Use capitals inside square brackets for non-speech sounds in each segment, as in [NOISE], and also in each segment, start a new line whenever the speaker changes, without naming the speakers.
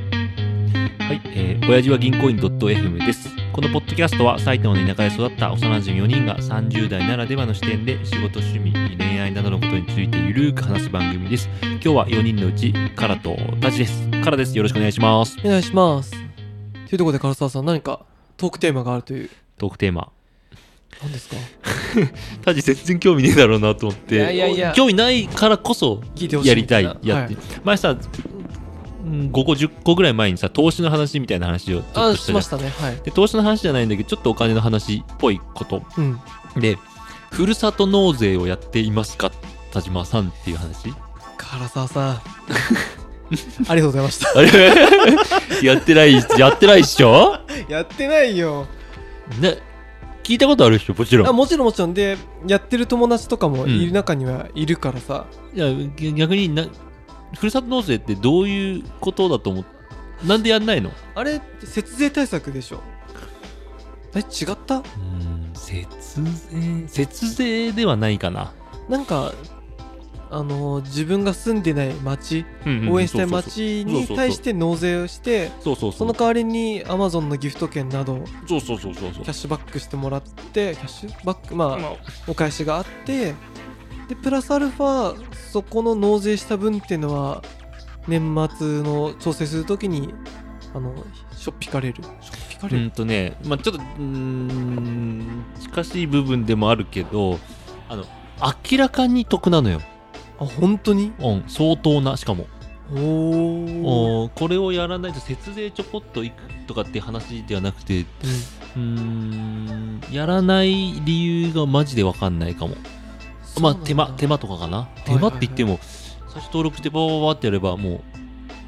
はい、えー、親父は銀行員 .fm です。このポッドキャストは埼玉の田舎で育った幼馴染4人が30代ならではの視点で仕事、趣味、恋愛などのことについてゆるーく話す番組です。今日は4人のうち、カラとタチです。カラです。よろしくお願いします。
お願いしますというところで唐沢さん何かトークテーマがあるという
トークテーマ。
何ですか
タチ全然興味ねえだろうなと思って。
いやいやいや
興味ないからこそ
聞いてほしい
やりたい。
み
や
ん
っ
な
て。
はい
前さ、5個、10個ぐらい前にさ、投資の話みたいな話をちょっ
あ
とした
し
じゃ
ま
ん
したねはい
で投資の話じゃないんだけど、ちょっとお金の話っぽいこと。
うん
で、ふるさと納税をやっていますか田島さんっていう [LAUGHS] 話
唐
[LAUGHS]
沢さんありがとうございました
あれ [LAUGHS] やってない、やってないっしょ
やってないよ
ね、聞いたことあるっしょもちろ
あ
ん。
もちろんもちろんでやってる友達とかもいうる
ん
中にはいるからさ、
いやぎ逆にな、ふるさと納税ってどういうことだと思うなんでやんないの
あれ節税対策でしょえ違った
うん、節税、節税ではないかな。
なんかあのー自分が住んでない町
うんうん
応援したい
そうそうそう
町
そう
に
そうそう
対して納税をして
そうそう
そ
そう
の。代わりに Amazon のギフト券など
そうそうそうそうそう
キャッ。シュバックしてもらってキャッシュバックまあ
まあ
お返しがあってでプラスアルファそこの納税した分っていうのは年末の調整するときにあのしょっぴかれるしょっぴか
う
れる、
んとね、まあ、ちょっとうーん近しい部分でもあるけどあの明らかに得なのよ、
あ本当に
うん、相当なしかも、
おお、
おーこれをやらないと節税ちょこっといくとかって話ではなくてう
うん
ーんやらない理由がマジで分かんないかもまあ手間手
間
間とかかな、
いはいはい
手間って言っても最初登録してババババってやればも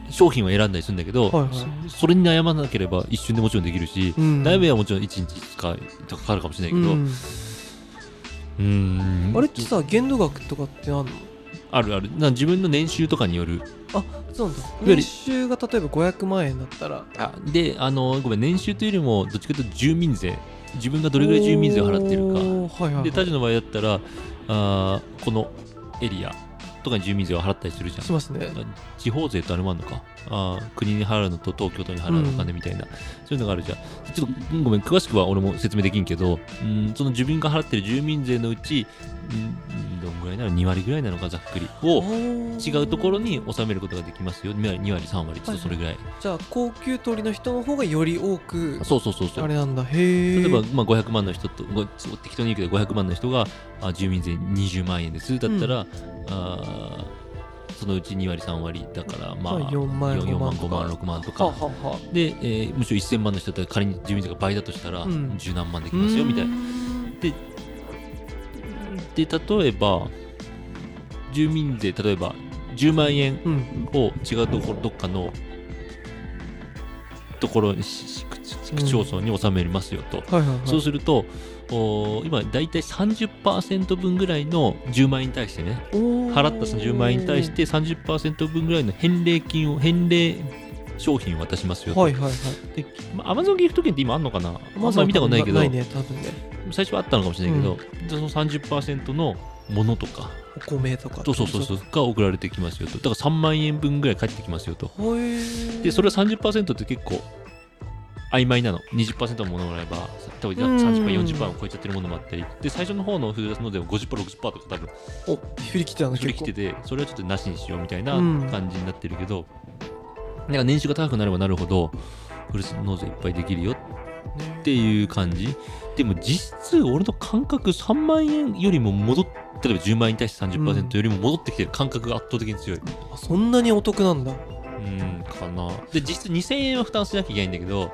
う商品は選んだりするんだけど、
はいはい
そそれに悩まなければ一瞬でもちろんできるし、
うん
悩みはもちろん1日1回とかかかるかもしれないうけど、
ん、
うーん
あれってさ限度額とかってあるの
あるあるな自分の年収とかによる
あそうなんだ
ゆる
年収が例えば500万円だったら
あであのごめん年収というよりもどっちかというと住民税自分がどれぐらい住民税を払ってる
おーはいはい
か
はい、
でタジの場合だったらあーこのエリアとかに住民税を払ったりするじゃん
しますね
なんか地方税とあれもあるのかあー国に払うのと東京都に払うのかねみたいな、そういうのがあるじゃんちょっとうんごめん詳しくは俺も説明できんけどうんその自分が払ってる住民税のうちうんどんぐらいなの2割ぐらいなのかざっくりを違うところに収めることができますよ2割2割3割ちょっとそれぐらい、
じゃあ高級取りの人の方がより多く
そうそうそうそ
あ
う
れなんだへえ
例えば、まあ、500万の人とご適当に言うけど500万の人があ住民税20万円ですだったら、あーそのうち2割3割だからまあ
まあ4万
4 4 5
5
万
万
6万と
はあ
か
はあは
で、えーむしろ1000万の人だったら仮に住民税が倍だとしたら
うん
十何万で
あ
きますよみたいな
うーん
で例えば住民税例えば10万円
うん
を違うところどっかのところにしし区区町村に収めますよと、
はいはいはい
そうするとおー今大体30%分ぐらいの10万円に対してね
おー
払った10万円に対して30%分ぐらいの返礼金を返礼商品を渡しますよと、
はいはいはい
でアマゾンギフト券って今あんのかな、あんまり見たことないけど
ないね多分ね
最初はあったのかもしれないけど、でその30%のものとか
お米とか
そうそうそうそううが送られてきますよとだから3万円分ぐらい返ってきますよと
へー
でそれは30%って結構曖昧なの20%のものもらえば多分
うん
30%、40%を超えちゃってるものもあったりで最初の方のフードスノーでも50%、60%とか多分
お振り切ってたの
振り
結構
切っててそれはちょっとなしにしようみたいな
うん
感じになってるけど、なんか年収が高くなればなるほどフルスノー税いっぱいできるよ
ね
っていう感じでも実質俺の感覚3万円よりも戻っ例えば10万円に対して30%よりも戻ってきてる感覚が圧倒的に強い、
あそんなにお得なんだ
うんかなで実質2000円は負担しなきゃいけないんだけど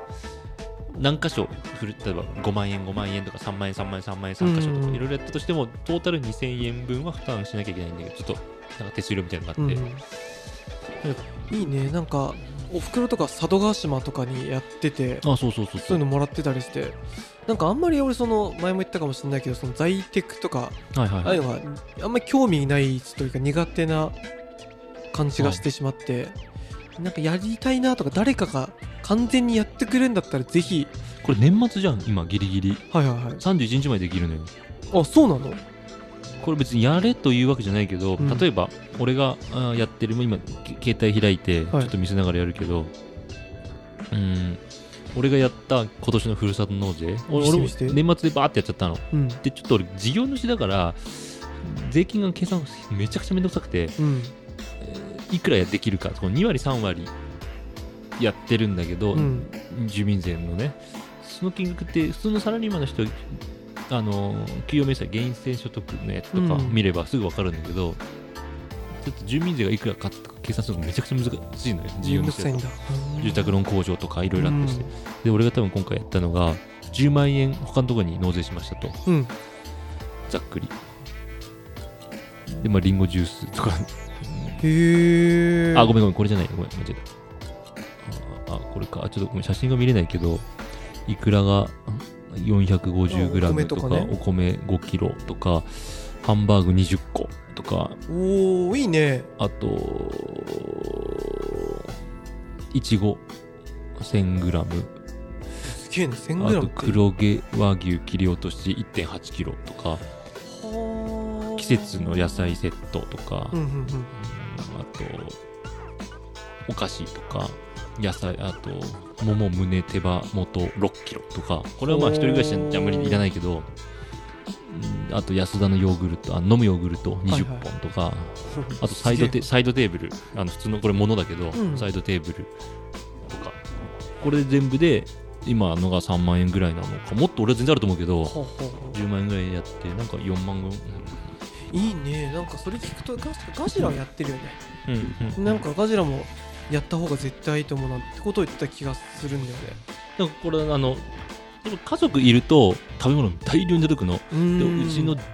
何箇所ふる例えば5万円5万円とか3万円3万円3万円3箇所と
う
か
ん
いろいろやったとしてもトータル2000円分は負担しなきゃいけないんだけどちょっとなんか手数料みたいなのが
う
あっ
ん
て、
いいねなんかお袋とか佐渡島とかにやってて
あそうそうそうそ
そ
う
いう
う
のもらってたりしてなんかあんまり俺その前も言ったかもしれないけどその在宅とか
はいはい
ああいうのがあんまり興味ないというか苦手な感じがしてしまってなんかやりたいなとか誰かが完全にやってくれるんだったらぜひ
これ年末じゃん今ギリギリ
はいはいはい
31日までできるのよ
あそうなの
これ別にやれというわけじゃないけど、
うん
例えば俺があーやってるもう今け携帯開いてちょ
はい
っと見せながらやるけど、うん俺がやった今年のふるさと納税俺
見せて
俺も
見
年
せて
末でバーってやっちゃったの
うん
でちょっと俺事業主だから税金が計算めちゃくちゃめんどくさくて
うん
いくらできるかこの2割3割やってるんだけど、
うん
住民税のねその金額って普通のサラリーマンの人あの給与明細減税所得のやつとか
うん
見ればすぐ分かるんだけど、ちょっと住民税がいくらかとか計算するのめちゃくちゃ難しいのよ事
め
業
んど
主
くさいん
だと
だ
住宅ローン工場とかいろいろあったりして、
うん
で俺が多分今回やったのが10万円他のところに納税しましたと
うん
ざっくりでまあリンゴジュースとか
へえ
あ、ごめんごめん、これじゃない。ごめん、間違えた。あ、あこれか。あちょっとごめん、写真が見れないけど、いくらが
あお米
450g
と
と
か
か、
ね
お米5キロとか、ハンバーグ20個とか、
おおいいね
あと、いちご 1000g、
すげえね1 0 0 0
あ
グラ
と
ムって
黒毛和牛切り落とし 1.8kg とか、
はあ
季節の野菜セットとか、
うんうんうん
あと、お菓子とか、野菜、あと、桃、胸、手羽元6キロとか、これはまあ
おー
一人暮らしじゃ無理にいらないけど、うんあと安田のヨーグルト、あ飲むヨーグルト20
はいはい
本とか、あとサイドテサイドテーブル、あの普通のこれ物だけど、
うん
サイドテーブルとか、これ全部で今のが3万円ぐらいなのか、もっと俺は全然あると思うけど、
ほうほうほう
10万円ぐらいやって、なんか4万ぐらい。
いいねなんかそれ聞くとガジガジラやってるよね
うんうん
なんかガジラもやった方が絶対いいと思うなってことを言ってた気がするんだよね
なんかこれあのやっぱ家族いると食べ物大量に出てくの、
う
で
ん
うちの結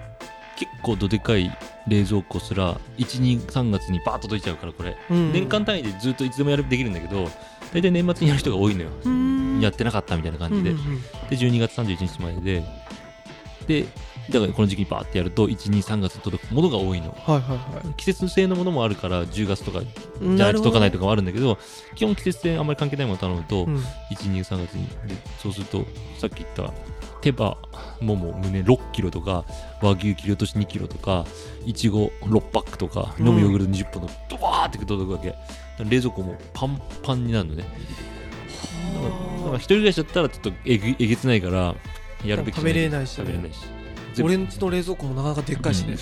構どでかい冷蔵庫すら123月にバーッと届いちゃうからこれ、
うん
年間単位でずっといつでもやるできるんだけど大体年末にやる人が多いのよ、
うん
やってなかったみたいな感じで、
うんうんうん
で12月31日までででだからこの時期にバーってやると123月に届くものが多いの
はいはいは
季節性のものもあるから10月とか
い
じゃないと届かないと
か
かもあるんだけど基本季節性あんまり関係ないもの頼むと、
うん
123月にでそうするとさっき言った手羽もも胸6キロとか和牛切り落とし2キロとかいちご6パックとか
うん
飲むヨーグルト20本のドバーって届くわけ、だから冷蔵庫もパンパンになるのねだから一人暮らしだったらちょっとえぐえげつないからやるべき
食べれないし
食べれないし全部
俺んちの冷蔵庫もなかなかでっかいしね、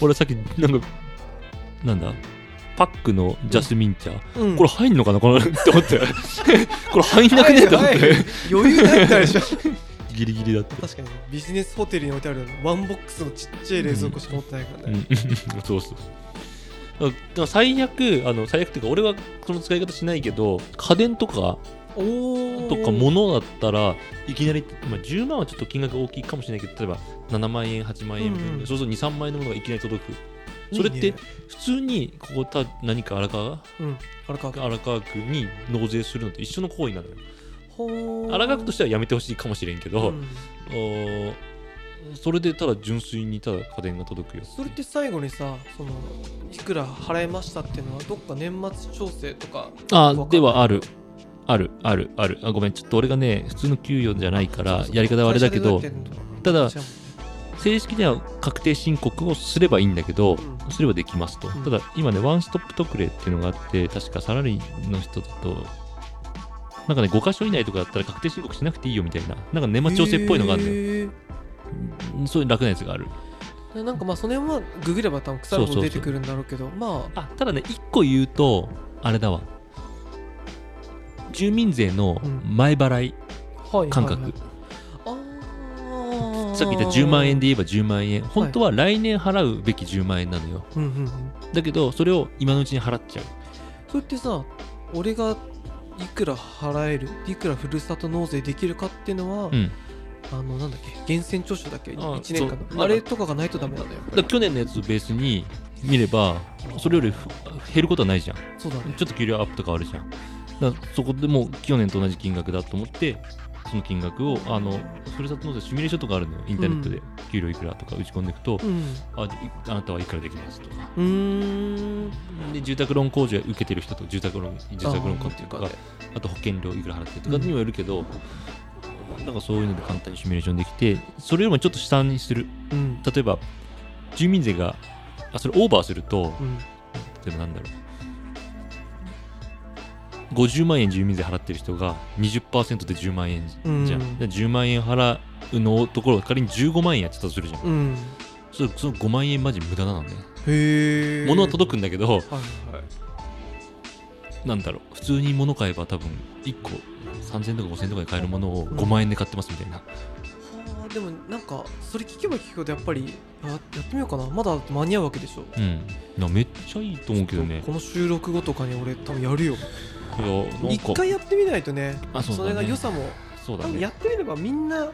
俺さっきなんかなんだパックのジャスミン茶、
うん
これ入んのかなこのって思って
[LAUGHS]
これ入んなくねえと思っ
入る
て
入る余裕だったでしょ
ギリギリだった
確かにビジネスホテルに置いてあるようなワンボックスのちっちゃい冷蔵庫しか持ってないから
う
ね、
ん [LAUGHS] そうそうだから最悪あの最悪っていうか俺はその使い方しないけど家電とか
おお
とか物だったらいきなり、まあ、10万はちょっと金額大きいかもしれないけど例えば7万円8万円分、
うんうん
そうすると23万円のものがいきなり届くそれって普通にここた何か荒川
うん荒川区
荒川区に納税するのと一緒の行為なのよ
ほー
荒川区としてはやめてほしいかもしれんけど、
うん
おーそれでただ純粋にただ家電が届くよ
それって最後にさそのいくら払いましたっていうのはどっか年末調整とか
あ
わかんない
ではあるあるあるあるあごめんちょっと俺がね普通の給与じゃないからやり方はあれだけど
会社でやってんの
ただ
じゃあ
正式では確定申告をすればいいんだけど
うん
すればできますと
うん
ただ今ねワンストップ特例っていうのがあって確かサラリーの人だとなんかね5箇所以内とかだったら確定申告しなくていいよみたいななんか年末調整っぽいのがあるんだよ
へ
うんそういう楽なやつがある
ーなんかまあその辺はググれば多分腐るほ
そうそ
ど
うそ
出
う
てくるんだろうけどまあ
あただね1個言うとあれだわ住民税の前払い
はい
感
は
覚
いはいあー
さっき言った10万円で言えば10万円本当は来年払うべき10万円なのよ
うんうんうん
だけどそれを今のうちに払っちゃう
それってさ俺がいくら払えるいくらふるさと納税できるかっていうのは、
うん
あのなんだっけ源泉徴収だっけ
ああ
1年間
そう
のあれとかがないとダメなんだよ
だから去年のやつをベースに見ればそれよりふ減ることはないじゃんち
そうだね
ょっと給料アップとかあるじゃんだからそこでもう去年と同じ金額だと思ってその金額をあのふるさと納税シミュレーションとかあるのよインターネットで給料いくらとか打ち込んでいくと、
うん
あじあなたはいくらできますとか
うーん
で住宅ローン控除受けてる人と住宅ローン住宅ローン買ってると
あ
かあと保険料いくら払ってるとかにもよるけど、なんかそういうので簡単にシミュレーションできてそれよりもちょっと下にする
うん
例えば住民税があそれオーバーすると
うん
例えばなんだろう50万円住民税払ってる人が20%で10万円じゃん、
うん
で10万円払うのところが仮に15万円やってたとするじゃん、
うん
それその5万円マジ無駄なのね
へえ
物は届くんだけど
くはいはい
なんだろう普通に物買えば多分1個3000とか5000とかで買えるものを
うん
5万円で買ってますみたいな、
はあでもなんかそれ聞けば聞くほどやっぱりややってみようかなまだ間に合うわけでしょ
うんなめっちゃいいと思うけどね
この収録後とかに俺多分やるよ
いやなん
一
か
回やってみないとね
あそうだね
れが良さも
そう
多
だ
分
ね
やってみればみんな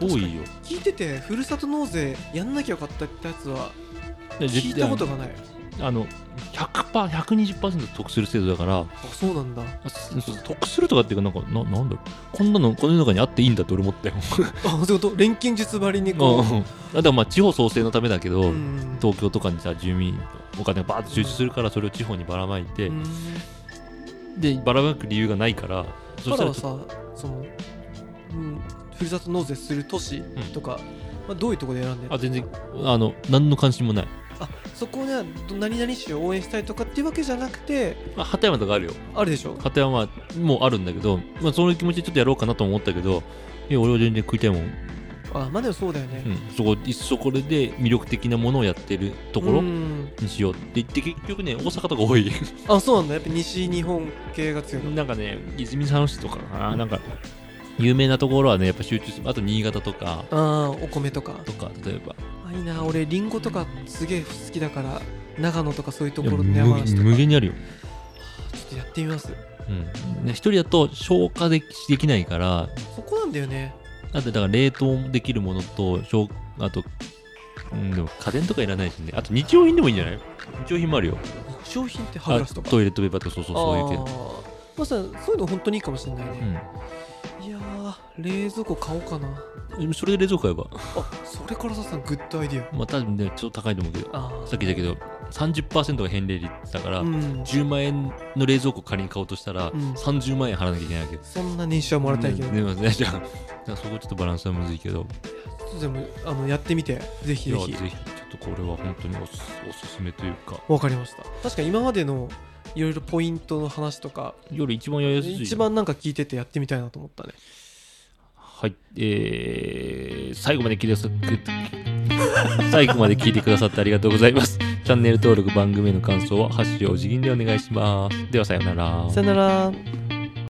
超いいよ
聞いててふるさと納税やんなきゃよかったってやつは聞いたことがない
あの 100%120% 得する制度だから
あそうなんだあ
あそそう得するとかっていうかなんかななんだろうこんなのこの世の中にあっていいんだって俺思ったよ
そういうこと錬金術ばりに
う
こ
んうん [LAUGHS] あとはまあ地方創生のためだけど、
ううん
東京とかにさ住民お金がバーッと集中するからそれを地方にばらまいて、
うん
でばらまく理由がないからそした
パラ
ら
はさその、うん、ふるさと納税する都市とか、まあ、どういうところで選んでる
あ全然あの何の関心もない、
あそこにはど何々市を応援したいとかっていうわけじゃなくて
まあ、鳩山とかあるよ
あるでしょ
鳩山もあるんだけど、まあ、その気持ちでちょっとやろうかなとも思ったけどいや俺は全然食いたいもん、
あまあでもそうだよね、
うん、そこいっそこれで魅力的なものをやってるところ
うん
にしようって言って結局ね大阪とか多い
あそうなんだやっぱ西日本系が強い
[LAUGHS]
の
なんかね泉佐野市とかかななんか有名なところはねやっぱ集中するあと新潟とか
あーお米とか
とか例えば
あいいな俺リンゴとかすげえ好きだから長野とかそういうと
いや
ころ
無
の山梨とか
無限にあるよ
ちょっとやってみます
うんね一人だと消化できできないから
そこなんだよね
あとだから冷凍できるものと消あと、うん、でも家電とかいらないしねあと日用品でもいいんじゃない日用品もあるよ
商品って歯ブラシと
あ
か
トイレットペーパーとかそうそうそういう系
あーまあさそういうの本当にいいかもしれないね、いやー冷蔵庫買おうかな
うんでもそれで冷蔵庫買えば
あそれからさんグッドアイディ
まあ多分ねちょっと高いと思うけど
アあ
さっきだけど30%が返礼率だから、
あうん
10万円の冷蔵庫仮に買おうとしたら、
うん
30万円払わなきゃいけないわけ
そんな年収はもらったいけど、
うんでもねじゃあじゃあそこちょっとバランスはむずいけど
でもあのやってみてぜひ
いや
ぜ
ぜひ
ひ
ちょっとこれは本当におすおすすめというか
わかりました確かに今までのいろいろポイントの話とか
より一番やりやすい
一番なんか聞いててやってみたいなと思ったね
はいえー、最後まで聞いてくださ最後まで聞いてくださってありがとうございますチャンネル登録番組への感想は「ハッシュお辞儀」でお願いしますではさようなら
さよなら